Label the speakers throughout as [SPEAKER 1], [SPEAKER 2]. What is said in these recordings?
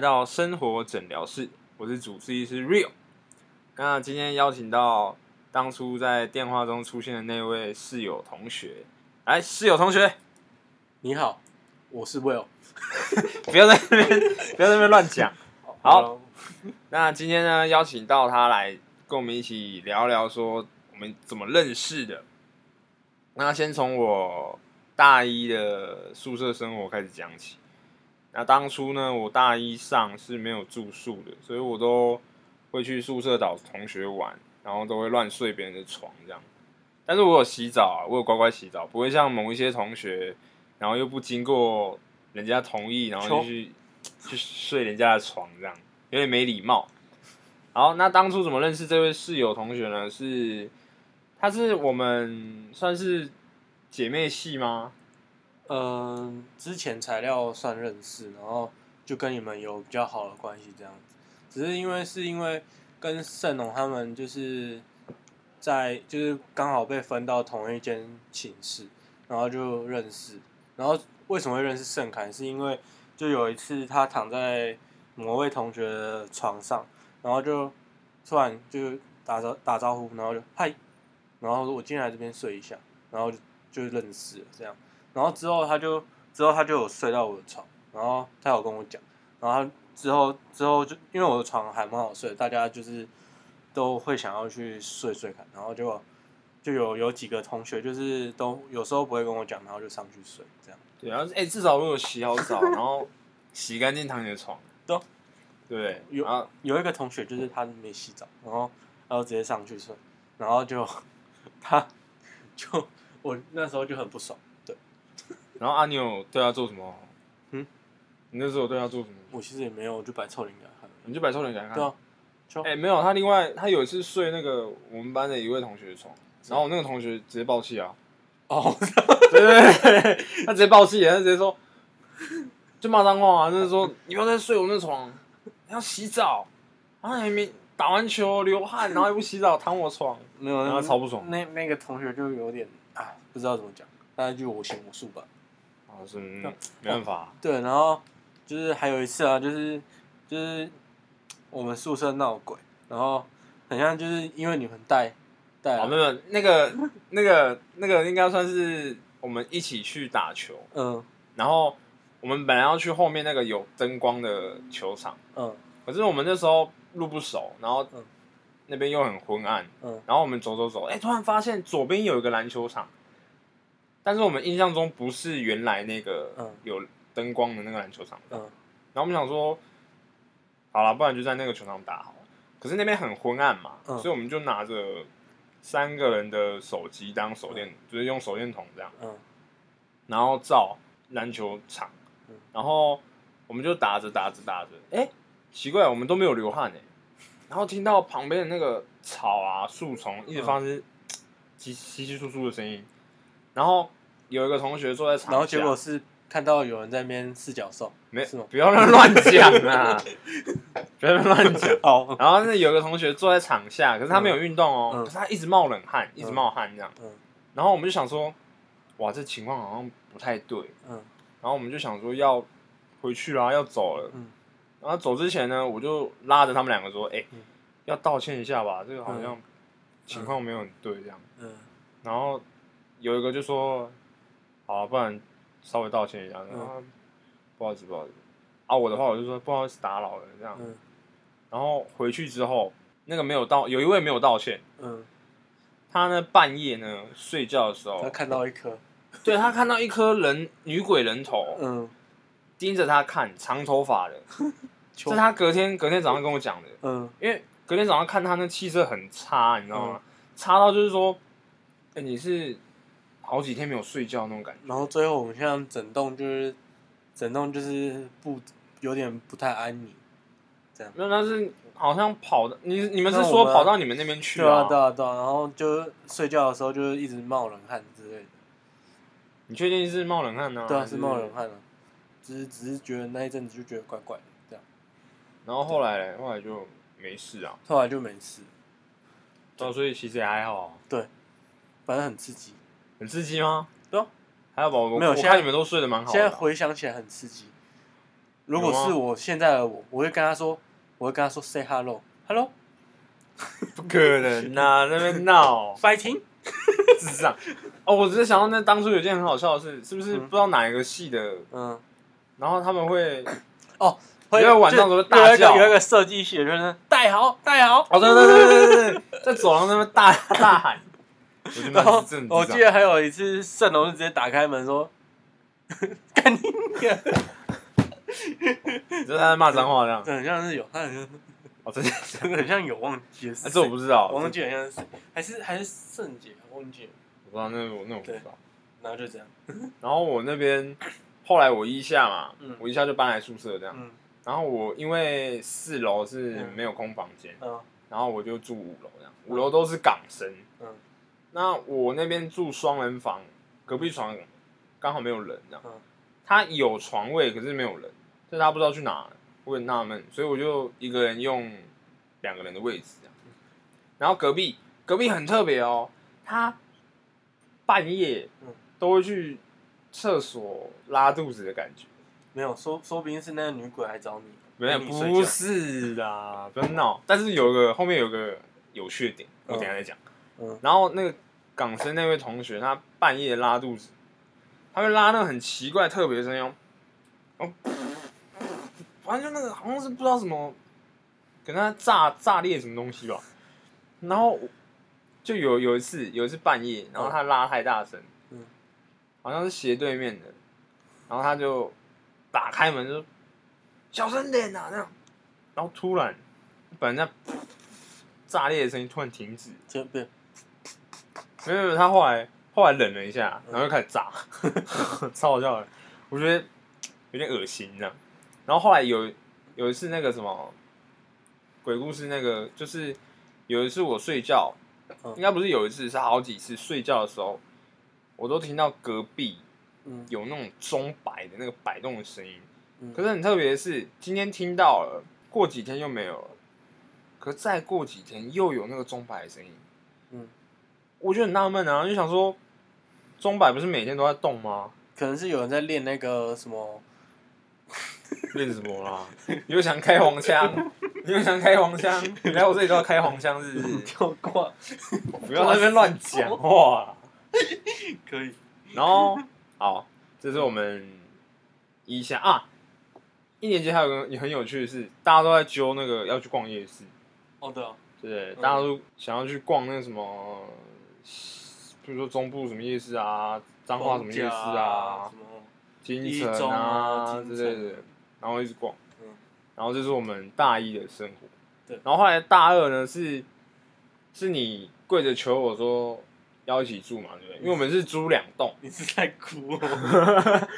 [SPEAKER 1] 到生活诊疗室，我是主治医师 Real。那今天邀请到当初在电话中出现的那位室友同学，来，室友同学，
[SPEAKER 2] 你好，我是 Will。
[SPEAKER 1] 不要在那边，不要在那边乱讲。好
[SPEAKER 2] 好，
[SPEAKER 1] 那今天呢，邀请到他来跟我们一起聊聊，说我们怎么认识的。那先从我大一的宿舍生活开始讲起。那当初呢，我大一上是没有住宿的，所以我都会去宿舍找同学玩，然后都会乱睡别人的床这样。但是我有洗澡啊，我有乖乖洗澡，不会像某一些同学，然后又不经过人家同意，然后就去去睡人家的床这样。有点没礼貌。好，那当初怎么认识这位室友同学呢？是她是我们算是姐妹系吗？
[SPEAKER 2] 嗯，之前材料算认识，然后就跟你们有比较好的关系这样子。只是因为是因为跟盛龙他们就是在就是刚好被分到同一间寝室，然后就认识。然后为什么会认识盛凯？是因为就有一次他躺在某位同学的床上，然后就突然就打招打招呼，然后就嗨，然后我今天来这边睡一下，然后就就认识了这样。然后之后他就之后他就有睡到我的床，然后他有跟我讲，然后他之后之后就因为我的床还蛮好睡，大家就是都会想要去睡睡看，然后结果就有有几个同学就是都有时候不会跟我讲，然后就上去睡这样。
[SPEAKER 1] 对，然后哎、至少我有洗好澡，然后洗干净躺你的床，
[SPEAKER 2] 对啊
[SPEAKER 1] 对，
[SPEAKER 2] 有
[SPEAKER 1] 然后
[SPEAKER 2] 有一个同学就是他没洗澡，然后然后直接上去睡，然后就他就我那时候就很不爽，对
[SPEAKER 1] 然后阿牛对他做什么？
[SPEAKER 2] 嗯，
[SPEAKER 1] 你那时候对他做什么？
[SPEAKER 2] 我其实也没有，我就摆臭脸给他看，
[SPEAKER 1] 你就摆臭脸给他看。
[SPEAKER 2] 对啊，
[SPEAKER 1] 哎、没有，他另外他有一次睡那个我们班的一位同学的床，然后我那个同学直接爆气啊，
[SPEAKER 2] 哦，
[SPEAKER 1] 对对 对，他直接爆气，他直接说，就骂脏话啊，就是说你不要再睡我那床，你要洗澡，然后你还没打完球流汗，然后又不洗澡躺我床，
[SPEAKER 2] 没有，
[SPEAKER 1] 然后
[SPEAKER 2] 那
[SPEAKER 1] 他超不爽
[SPEAKER 2] 那那个同学就有点啊，不知道怎么讲，大概就我行我素吧。
[SPEAKER 1] 啊是嗯没办法，
[SPEAKER 2] 对，然后就是还有一次啊，就是就是我们宿舍闹鬼，然后很像就是因为你们带带
[SPEAKER 1] 好
[SPEAKER 2] 了，
[SPEAKER 1] 没有那个那个那个应该算是我们一起去打球，
[SPEAKER 2] 嗯
[SPEAKER 1] 然后我们本来要去后面那个有灯光的球场，
[SPEAKER 2] 嗯
[SPEAKER 1] 可是我们那时候路不熟，然后
[SPEAKER 2] 嗯
[SPEAKER 1] 那边又很昏暗，
[SPEAKER 2] 嗯，
[SPEAKER 1] 然后我们走走走，哎、突然发现左边有一个篮球场，但是我们印象中不是原来那个
[SPEAKER 2] 嗯
[SPEAKER 1] 有灯光的那个篮球场。
[SPEAKER 2] 嗯
[SPEAKER 1] 然后我们想说，好了，不然就在那个球场打好了。可是那边很昏暗嘛，
[SPEAKER 2] 嗯
[SPEAKER 1] 所以我们就拿着三个人的手机当手电，就是用手电筒这样，
[SPEAKER 2] 嗯
[SPEAKER 1] 然后照篮球场
[SPEAKER 2] 嗯，
[SPEAKER 1] 然后我们就打着打着打着，哎、奇怪，我们都没有流汗哎、然后听到旁边的那个草啊、树丛一直
[SPEAKER 2] 嗯
[SPEAKER 1] 发出稀稀稀疏疏的声音，然后有一个同学坐在场下，
[SPEAKER 2] 然后结果是看到有人在那边四角兽，
[SPEAKER 1] 没
[SPEAKER 2] 是吗
[SPEAKER 1] 不要乱讲 啊，不要乱讲。
[SPEAKER 2] 哦，
[SPEAKER 1] 然后那有一个同学坐在场下，可是他没有运动哦，
[SPEAKER 2] 嗯
[SPEAKER 1] 可是他一直冒冷汗，一直冒汗这样。
[SPEAKER 2] 嗯
[SPEAKER 1] 然后我们就想说，哇，这情况好像不太对。
[SPEAKER 2] 嗯
[SPEAKER 1] 然后我们就想说要回去啊啦，要走了。
[SPEAKER 2] 嗯
[SPEAKER 1] 然后走之前呢，我就拉着他们两个说：“哎、
[SPEAKER 2] 嗯
[SPEAKER 1] 要道歉一下吧，这个好像情况没有很对这样。
[SPEAKER 2] 嗯
[SPEAKER 1] 然后有一个就说：“好、啊不然稍微道歉一下。”然
[SPEAKER 2] 嗯
[SPEAKER 1] 后、不好意思，不好意思。啊，我的话我就说不好意思打扰了这样。
[SPEAKER 2] 嗯
[SPEAKER 1] 然后回去之后，那个没有道，有一位没有道歉，
[SPEAKER 2] 嗯，
[SPEAKER 1] 他呢半夜呢睡觉的时候
[SPEAKER 2] 他，看到一颗，
[SPEAKER 1] 对他看到一颗人女鬼人头
[SPEAKER 2] 嗯
[SPEAKER 1] 盯着他看，长头发的，这
[SPEAKER 2] 秋
[SPEAKER 1] 是他隔天隔天早上跟我讲的，
[SPEAKER 2] 嗯
[SPEAKER 1] 因为隔天早上看他那气色很差，你知道吗？差到就是说，哎、你是好几天没有睡觉那种感觉，
[SPEAKER 2] 然后最后我们现在整栋就是整栋就是不有点不太安宁，这样。
[SPEAKER 1] 没有，但是好像跑的，你你们是
[SPEAKER 2] 那我
[SPEAKER 1] 说
[SPEAKER 2] 们
[SPEAKER 1] 跑到你们那边去
[SPEAKER 2] 对啊，对啊，对啊，然后就睡觉的时候就是一直冒冷汗之类的，
[SPEAKER 1] 你确定是冒冷汗呢、
[SPEAKER 2] 对啊，
[SPEAKER 1] 还
[SPEAKER 2] 是冒冷。汗啊，只是只是觉得那一阵子就觉得怪怪的，这样，
[SPEAKER 1] 然后后来嘞后来就没事啊，
[SPEAKER 2] 后来就没事，
[SPEAKER 1] 对啊，所以其实也还好啊、
[SPEAKER 2] 反正很刺激，
[SPEAKER 1] 很刺激吗？
[SPEAKER 2] 对啊，
[SPEAKER 1] 还有吧，我
[SPEAKER 2] 没有
[SPEAKER 1] 我
[SPEAKER 2] 现在
[SPEAKER 1] 看你们都睡得蛮好
[SPEAKER 2] 现在
[SPEAKER 1] 的啊。
[SPEAKER 2] 回想起来很刺激，如果
[SPEAKER 1] 有啊
[SPEAKER 2] 是我现在的我，我会跟他说，我会跟他说 say hello，hello
[SPEAKER 1] 不可能呐、那边闹
[SPEAKER 2] fighting，
[SPEAKER 1] 智障。哦，我只是想到那当初有件很好笑的事，是不是
[SPEAKER 2] 嗯
[SPEAKER 1] 不知道哪一个系的，
[SPEAKER 2] 嗯，
[SPEAKER 1] 然后他们会
[SPEAKER 2] 会
[SPEAKER 1] 因为晚上都
[SPEAKER 2] 就
[SPEAKER 1] 是大
[SPEAKER 2] 有一个
[SPEAKER 1] 叫
[SPEAKER 2] 有一个设计系的就是戴好戴好，
[SPEAKER 1] 哦，对对对对对对，在走廊那边 大大喊，我觉得
[SPEAKER 2] 然后
[SPEAKER 1] 蛮正
[SPEAKER 2] 我记得还有一次，盛龙就直接打开门说：“干你娘
[SPEAKER 1] 你就在那骂脏话这！”样。
[SPEAKER 2] 这很像是有，他很像，
[SPEAKER 1] 哦， 真的，
[SPEAKER 2] 真的很像有忘记了是
[SPEAKER 1] 啊
[SPEAKER 2] 谁，
[SPEAKER 1] 这我不知道，
[SPEAKER 2] 我忘
[SPEAKER 1] 我
[SPEAKER 2] 记了好像是谁还是还是圣姐，我忘记了。
[SPEAKER 1] 不知道，那我那我不知道。
[SPEAKER 2] 然后就这样，
[SPEAKER 1] 然后我那边后来我一下嘛
[SPEAKER 2] 嗯，
[SPEAKER 1] 我一下就搬来宿舍这样。
[SPEAKER 2] 嗯
[SPEAKER 1] 然后我因为四楼是
[SPEAKER 2] 嗯哦
[SPEAKER 1] 没有空房间，
[SPEAKER 2] 嗯
[SPEAKER 1] 然后我就住五楼这样，五楼都是港生。
[SPEAKER 2] 嗯
[SPEAKER 1] 那我那边住双人房，隔壁床刚好没有人这样
[SPEAKER 2] 嗯，
[SPEAKER 1] 他有床位可是没有人，但是他不知道去哪了，我很纳闷，所以我就一个人用两个人的位置这样。然后隔壁隔壁很特别哦，他半夜
[SPEAKER 2] 嗯
[SPEAKER 1] 都会去厕所拉肚子的感觉。
[SPEAKER 2] 没有，说说不定是那个女鬼来找你，
[SPEAKER 1] 没有，
[SPEAKER 2] 跟你睡
[SPEAKER 1] 不
[SPEAKER 2] 觉
[SPEAKER 1] 是啦，不要闹。但是有个后面有个有缺点，我等一下再讲。
[SPEAKER 2] 嗯
[SPEAKER 1] 然后那个港生那位同学，他半夜拉肚子，他会拉那个很奇怪特别的声音哦，哦，反正就那个好像是不知道什么，可能他炸炸裂什么东西吧。然后就有有一次，有一次半夜，然后他拉太大声，
[SPEAKER 2] 嗯
[SPEAKER 1] 好像是斜对面的，然后他就打开门就说小声点呐、啊、那样，然后突然把人家炸裂的声音突然停止，
[SPEAKER 2] 就不是
[SPEAKER 1] 没有没有，他后来后来忍了一下，
[SPEAKER 2] 嗯
[SPEAKER 1] 然后又开始炸， 超好笑的，我觉得有点恶心这样。然后后来有有一次那个什么鬼故事那个，就是有一次我睡觉，
[SPEAKER 2] 嗯
[SPEAKER 1] 应该不是有一次，是好几次睡觉的时候，我都听到隔壁
[SPEAKER 2] 嗯
[SPEAKER 1] 有那种钟摆的那个摆动的声音。
[SPEAKER 2] 嗯
[SPEAKER 1] 可是很特别的是，今天听到了，过几天又没有了，可再过几天又有那个钟摆的声音。
[SPEAKER 2] 嗯，
[SPEAKER 1] 我就很纳闷啊，就想说，钟摆不是每天都在动吗？
[SPEAKER 2] 可能是有人在练那个什么，
[SPEAKER 1] 练什么啦？你又想开黄腔？你又想开黄腔？你来我这里都要开黄腔是不是？
[SPEAKER 2] 跳挂，
[SPEAKER 1] 不要在那边乱讲话。
[SPEAKER 2] 可以，
[SPEAKER 1] 然后，好，这是我们一下啊。一年级还有个也很有趣的是，大家都在揪那个要去逛夜市，
[SPEAKER 2] 哦对哦，
[SPEAKER 1] 对不对？
[SPEAKER 2] 嗯
[SPEAKER 1] 大家都想要去逛那个什么，比如说中部什么夜市啊，彰化什么夜市啊
[SPEAKER 2] 什，么，
[SPEAKER 1] 金
[SPEAKER 2] 一
[SPEAKER 1] 城
[SPEAKER 2] 中啊
[SPEAKER 1] 之
[SPEAKER 2] 金
[SPEAKER 1] 类
[SPEAKER 2] 城
[SPEAKER 1] 的，然后一直逛。
[SPEAKER 2] 嗯
[SPEAKER 1] 然后这是我们大一的生活。
[SPEAKER 2] 对
[SPEAKER 1] 然后后来大二呢是是你跪着求我说要一起住嘛，对不对？因为我们是租两栋，
[SPEAKER 2] 你是在哭哦？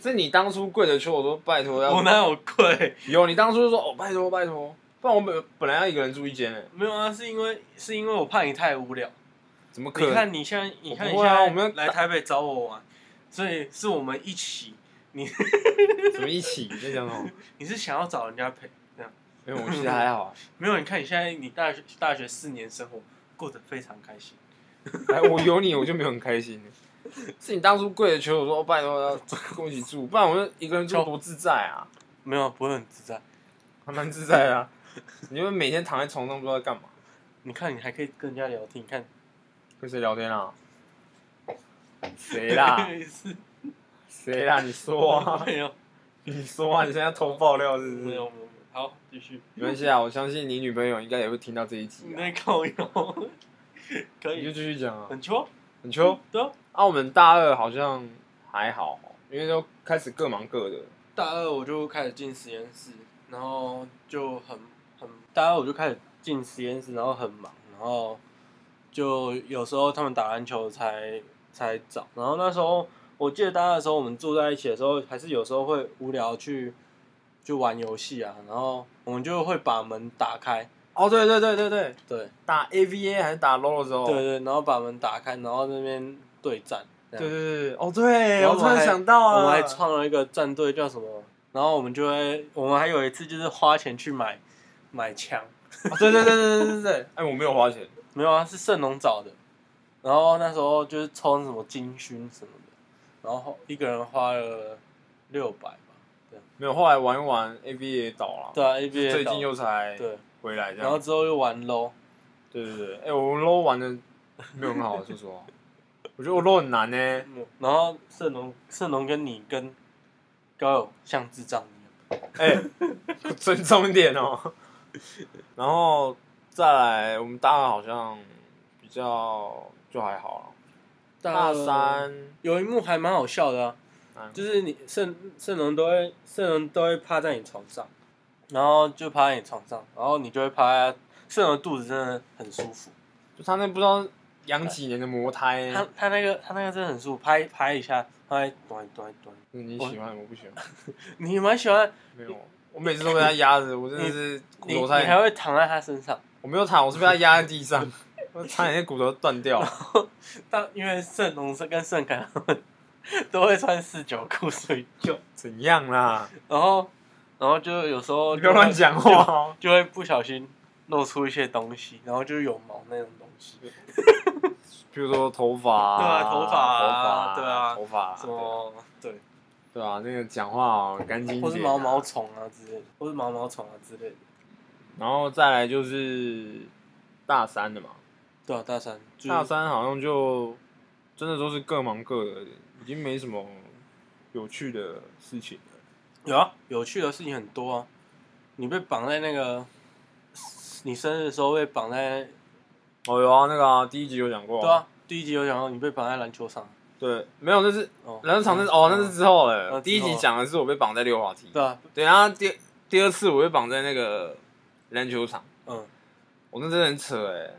[SPEAKER 1] 是你当初跪着求我说拜托要
[SPEAKER 2] 我哪有跪？
[SPEAKER 1] 有，你当初就说哦拜托拜托，不然我本本来要一个人住一间呢，
[SPEAKER 2] 没有啊，是因为是因为我怕你太无聊。
[SPEAKER 1] 怎么可
[SPEAKER 2] 你
[SPEAKER 1] 能？
[SPEAKER 2] 看你现在，你看你
[SPEAKER 1] 不
[SPEAKER 2] 现
[SPEAKER 1] 会啊
[SPEAKER 2] 在
[SPEAKER 1] 我们要打
[SPEAKER 2] 来台北找我玩，所以是我们一起。
[SPEAKER 1] 怎么一起？你在讲什么？
[SPEAKER 2] 你是想要找人家陪？
[SPEAKER 1] 没有，我其实还好啊。
[SPEAKER 2] 没有，你看你现在你大学大学四年生活过得非常开心。
[SPEAKER 1] 哎，我有你我就没有很开心。是你当初跪着求我说哦拜托要跟我一起住，不然我就一个人住多自在啊，
[SPEAKER 2] 没有，不会很自在。
[SPEAKER 1] 还蛮自在的啊。你们每天躺在床上不知道在干嘛。
[SPEAKER 2] 你看你还可以跟人家聊天，你 看
[SPEAKER 1] 跟谁聊天啊？谁啦？
[SPEAKER 2] 是
[SPEAKER 1] 谁啦？你说啊！
[SPEAKER 2] 没有
[SPEAKER 1] 你说啊！你现在偷爆料是不
[SPEAKER 2] 没有
[SPEAKER 1] 是？
[SPEAKER 2] 没有没有。好，继续。
[SPEAKER 1] 没关系啊，我相信你女朋友应该也会听到这一集
[SPEAKER 2] 你
[SPEAKER 1] 啊、
[SPEAKER 2] 在搞有？ 可
[SPEAKER 1] 你
[SPEAKER 2] 以
[SPEAKER 1] 就，继续讲啊。
[SPEAKER 2] 很球
[SPEAKER 1] 很秋，
[SPEAKER 2] 对啊。
[SPEAKER 1] 啊，我们大二好像还好，哦因为都开始各忙各的。
[SPEAKER 2] 大二我就开始进实验室，然后就很很大二我就开始进实验室，然后很忙，然后就有时候他们打篮球才才找，然后那时候我记得大二的时候我们住在一起的时候，还是有时候会无聊去去玩游戏啊，然后我们就会把门打开，
[SPEAKER 1] 哦，对对对对对，
[SPEAKER 2] 对
[SPEAKER 1] 打 AVA 还是打 LO 的时候，
[SPEAKER 2] 对对，然后把门打开，然后那边对战，这样
[SPEAKER 1] 对对对，对哦对，
[SPEAKER 2] 然
[SPEAKER 1] 我
[SPEAKER 2] 后我
[SPEAKER 1] 突
[SPEAKER 2] 们还
[SPEAKER 1] 然想到啊了，
[SPEAKER 2] 我们还创了一个战队叫什么？然后我们就会，我们还有一次就是花钱去买买枪，
[SPEAKER 1] 哦对对对对对对对，哎，我没有花钱，
[SPEAKER 2] 没有啊，是盛龙找的。然后那时候就是抽什么金勋什么的，然后一个人花了六百吧，对
[SPEAKER 1] 没有，后来玩一玩，A B 也倒了，
[SPEAKER 2] 对啊，ABA
[SPEAKER 1] 最近又才
[SPEAKER 2] 对，
[SPEAKER 1] 回来这
[SPEAKER 2] 然后
[SPEAKER 1] 样。
[SPEAKER 2] 之后又玩 low，
[SPEAKER 1] 对对对，哎、我们 low 玩的没有很好，说实话，我觉得我 low 很难呢、
[SPEAKER 2] 然后盛龙盛龙跟你跟高友像智障一样，
[SPEAKER 1] 哎、尊重一点哦、然后再来，我们大二好像比较就还好了，大三
[SPEAKER 2] 呃有一幕还蛮好笑的啊，
[SPEAKER 1] 嗯
[SPEAKER 2] 就是你圣圣龙都会圣龙都会趴在你床上，然后就趴在你床上，然后你就会趴在圣龙的肚子真的很舒服，嗯
[SPEAKER 1] 就他那不知道养几年的魔胎、
[SPEAKER 2] 他他那个他那个真的很舒服，拍拍一下，他会短短短，
[SPEAKER 1] 你喜欢我不喜欢，
[SPEAKER 2] 你蛮喜欢，
[SPEAKER 1] 没有，我每次都被他压着，我真的是骨
[SPEAKER 2] 你你
[SPEAKER 1] 头
[SPEAKER 2] 还
[SPEAKER 1] 差，
[SPEAKER 2] 会躺在他身上，
[SPEAKER 1] 我没有躺，我是被他压在地上，我差点那骨头断掉。
[SPEAKER 2] 但因为圣龙是跟圣凯他们 都会穿四九裤睡觉，
[SPEAKER 1] 怎样啦？
[SPEAKER 2] 然后然后就有时候
[SPEAKER 1] 你不要乱讲话哦。
[SPEAKER 2] 就会不小心露出一些东西，然后就有毛那种东西，
[SPEAKER 1] 比如说头发啊，
[SPEAKER 2] 对啊头发啊
[SPEAKER 1] 头发，
[SPEAKER 2] 对啊
[SPEAKER 1] 头发啊，
[SPEAKER 2] 什么对，
[SPEAKER 1] 对啊，那个讲话哦，干净一点啊，
[SPEAKER 2] 或是毛毛虫啊之类的，或是毛毛虫啊之类的。
[SPEAKER 1] 然后再来就是大三的嘛，
[SPEAKER 2] 对啊，大三，就是、
[SPEAKER 1] 大三好像就真的都是各忙各的，已经没什么有趣的事情了。
[SPEAKER 2] 有啊，有趣的事情很多啊。你被绑在那个，你生日的时候被绑在，
[SPEAKER 1] 哦，有啊，那个啊，第一集有讲过、
[SPEAKER 2] 对啊，第一集有讲到你被绑在篮球场，
[SPEAKER 1] 对，没有，那是
[SPEAKER 2] 哦，
[SPEAKER 1] 篮球场那是哦，那是之后
[SPEAKER 2] 那之后
[SPEAKER 1] 了。第一集讲的是我被绑在溜滑梯，
[SPEAKER 2] 对啊，
[SPEAKER 1] 对，然后第第二次我被绑在那个篮球场，
[SPEAKER 2] 嗯
[SPEAKER 1] 我那真的很扯哎、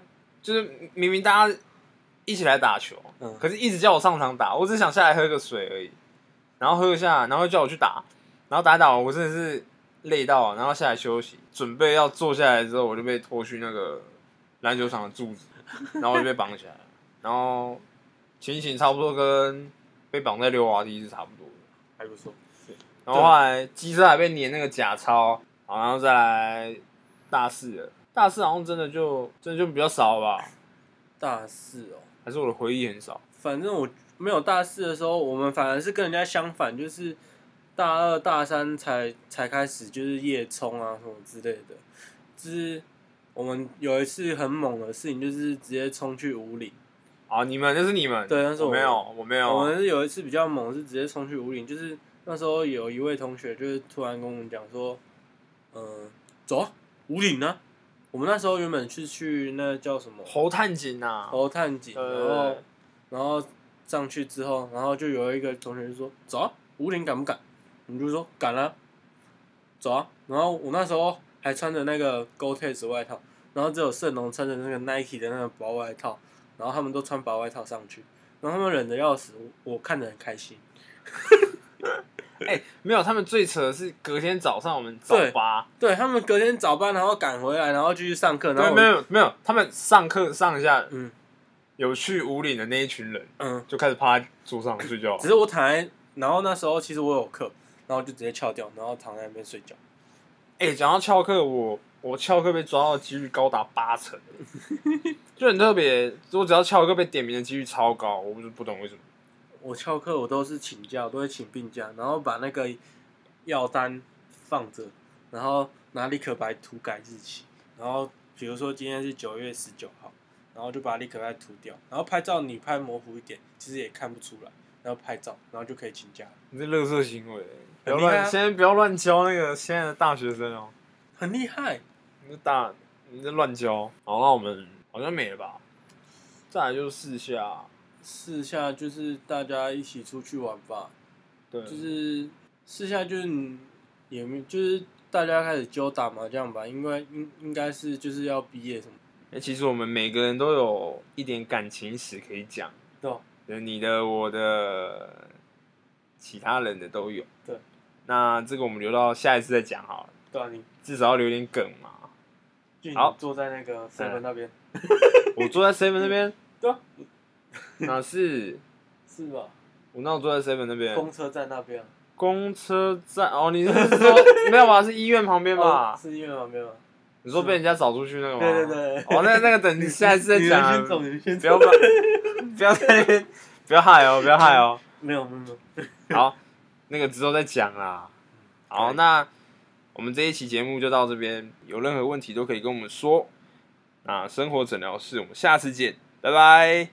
[SPEAKER 1] 就是明明大家一起来打球，
[SPEAKER 2] 嗯
[SPEAKER 1] 可是一直叫我上场打，我只想下来喝个水而已，然后喝一下，然后叫我去打，然后打一打完我真的是累到，然后下来休息，准备要坐下来之后，我就被拖去那个篮球场的柱子，然后我就被绑起来了，然后情形差不多跟被绑在溜滑梯是差不多的。
[SPEAKER 2] 还不错。
[SPEAKER 1] 然后后来机车还被粘那个假钞，好，然后再来大四了。大四好像真的就真的就比较少吧，
[SPEAKER 2] 大四哦，
[SPEAKER 1] 还是我的回忆很少。
[SPEAKER 2] 反正我没有大四的时候，我们反而是跟人家相反，就是大二大三才才开始就是夜冲啊什么之类的。就是我们有一次很猛的事情，就是直接冲去五岭。
[SPEAKER 1] 啊，你们那是你们，
[SPEAKER 2] 对那是我
[SPEAKER 1] 我没有，我没
[SPEAKER 2] 我
[SPEAKER 1] 有，啊
[SPEAKER 2] 们是有一次比较猛，是直接冲去五岭，就是那时候有一位同学就是突然跟我们讲说，嗯、走啊，五岭呢？我们那时候原本是去那叫什么
[SPEAKER 1] 侯探景呐、
[SPEAKER 2] 猴探井，然后
[SPEAKER 1] 呃，
[SPEAKER 2] 然后上去之后，然后就有一个同学就说：“走啊，五岭敢不敢？”我们就说：“敢啊，走啊！”然后我那时候还穿着那个 GoTex 外套，然后只有盛龙穿着那个 Nike 的那个薄外套，然后他们都穿薄外套上去，然后他们冷的要死，我我看着很开心。
[SPEAKER 1] 哎、没有，他们最扯的是隔天早上我们早八，
[SPEAKER 2] 对他们隔天早班，然后赶回来，然后继续上课，然
[SPEAKER 1] 对，
[SPEAKER 2] 后
[SPEAKER 1] 没
[SPEAKER 2] 我
[SPEAKER 1] 有没有，他们上课上下
[SPEAKER 2] 嗯
[SPEAKER 1] 有去五岭的那一群人
[SPEAKER 2] 嗯，
[SPEAKER 1] 就开始趴在桌上睡觉
[SPEAKER 2] 只，是我躺在，然后那时候其实我有课，然后就直接翘掉，然后躺在那边睡觉。
[SPEAKER 1] 哎、讲到翘课，我我翘课被抓到的几率高达八成， 就很特别。我只要翘课被点名的几率超高，我不是不懂为什么。
[SPEAKER 2] 我翘课我都是请假，我都会请病假，然后把那个药单放着，然后拿立可白涂改日期，然后比如说今天是九月十九号，然后就把立可白涂掉，然后拍照你拍模糊一点，其实也看不出来，然后拍照，然后就可以请假，
[SPEAKER 1] 你这乐色行为，不要
[SPEAKER 2] 很厉害啊
[SPEAKER 1] 乱，现在不要乱教那个现在的大学生哦、
[SPEAKER 2] 很厉害。
[SPEAKER 1] 你这大，你这乱教。好，那我们好像没了吧？再来就是四下，
[SPEAKER 2] 试下就是大家一起出去玩吧，
[SPEAKER 1] 对，
[SPEAKER 2] 就是试下就是你也没就是大家开始揪打麻将吧，因为应应该是就是要毕业什么，
[SPEAKER 1] 哎、其实我们每个人都有一点感情史可以讲，
[SPEAKER 2] 对吧。
[SPEAKER 1] 就是你的、我的、其他人的都有。
[SPEAKER 2] 对，
[SPEAKER 1] 那这个我们留到下一次再讲好了。
[SPEAKER 2] 对啊，你
[SPEAKER 1] 至少要留点梗嘛。
[SPEAKER 2] 就你
[SPEAKER 1] 好哎
[SPEAKER 2] 坐在那个 seven 那边，
[SPEAKER 1] 我坐在 seven 那边，
[SPEAKER 2] 对啊，
[SPEAKER 1] 哪是？
[SPEAKER 2] 是吧？
[SPEAKER 1] 我那我坐在 seven 那边，
[SPEAKER 2] 公车站那边啊，
[SPEAKER 1] 公车站哦，你是说没有吧？是医院旁边
[SPEAKER 2] 哦
[SPEAKER 1] 吧？
[SPEAKER 2] 是因为旁边吗？
[SPEAKER 1] 你说被人家扫出去那个吗？
[SPEAKER 2] 对对。对，
[SPEAKER 1] 哦，那那个等下一次再讲
[SPEAKER 2] 你
[SPEAKER 1] 啊
[SPEAKER 2] 们先，走，你们先
[SPEAKER 1] 不
[SPEAKER 2] 走，
[SPEAKER 1] 要把不要在那边，不要害哦，不要害哦。
[SPEAKER 2] 没有没有没有，
[SPEAKER 1] 好，那个之后再讲啦。好，
[SPEAKER 2] 可以
[SPEAKER 1] 那我们这一期节目就到这边，有任何问题都可以跟我们说。那生活诊疗室，我们下次见，拜拜。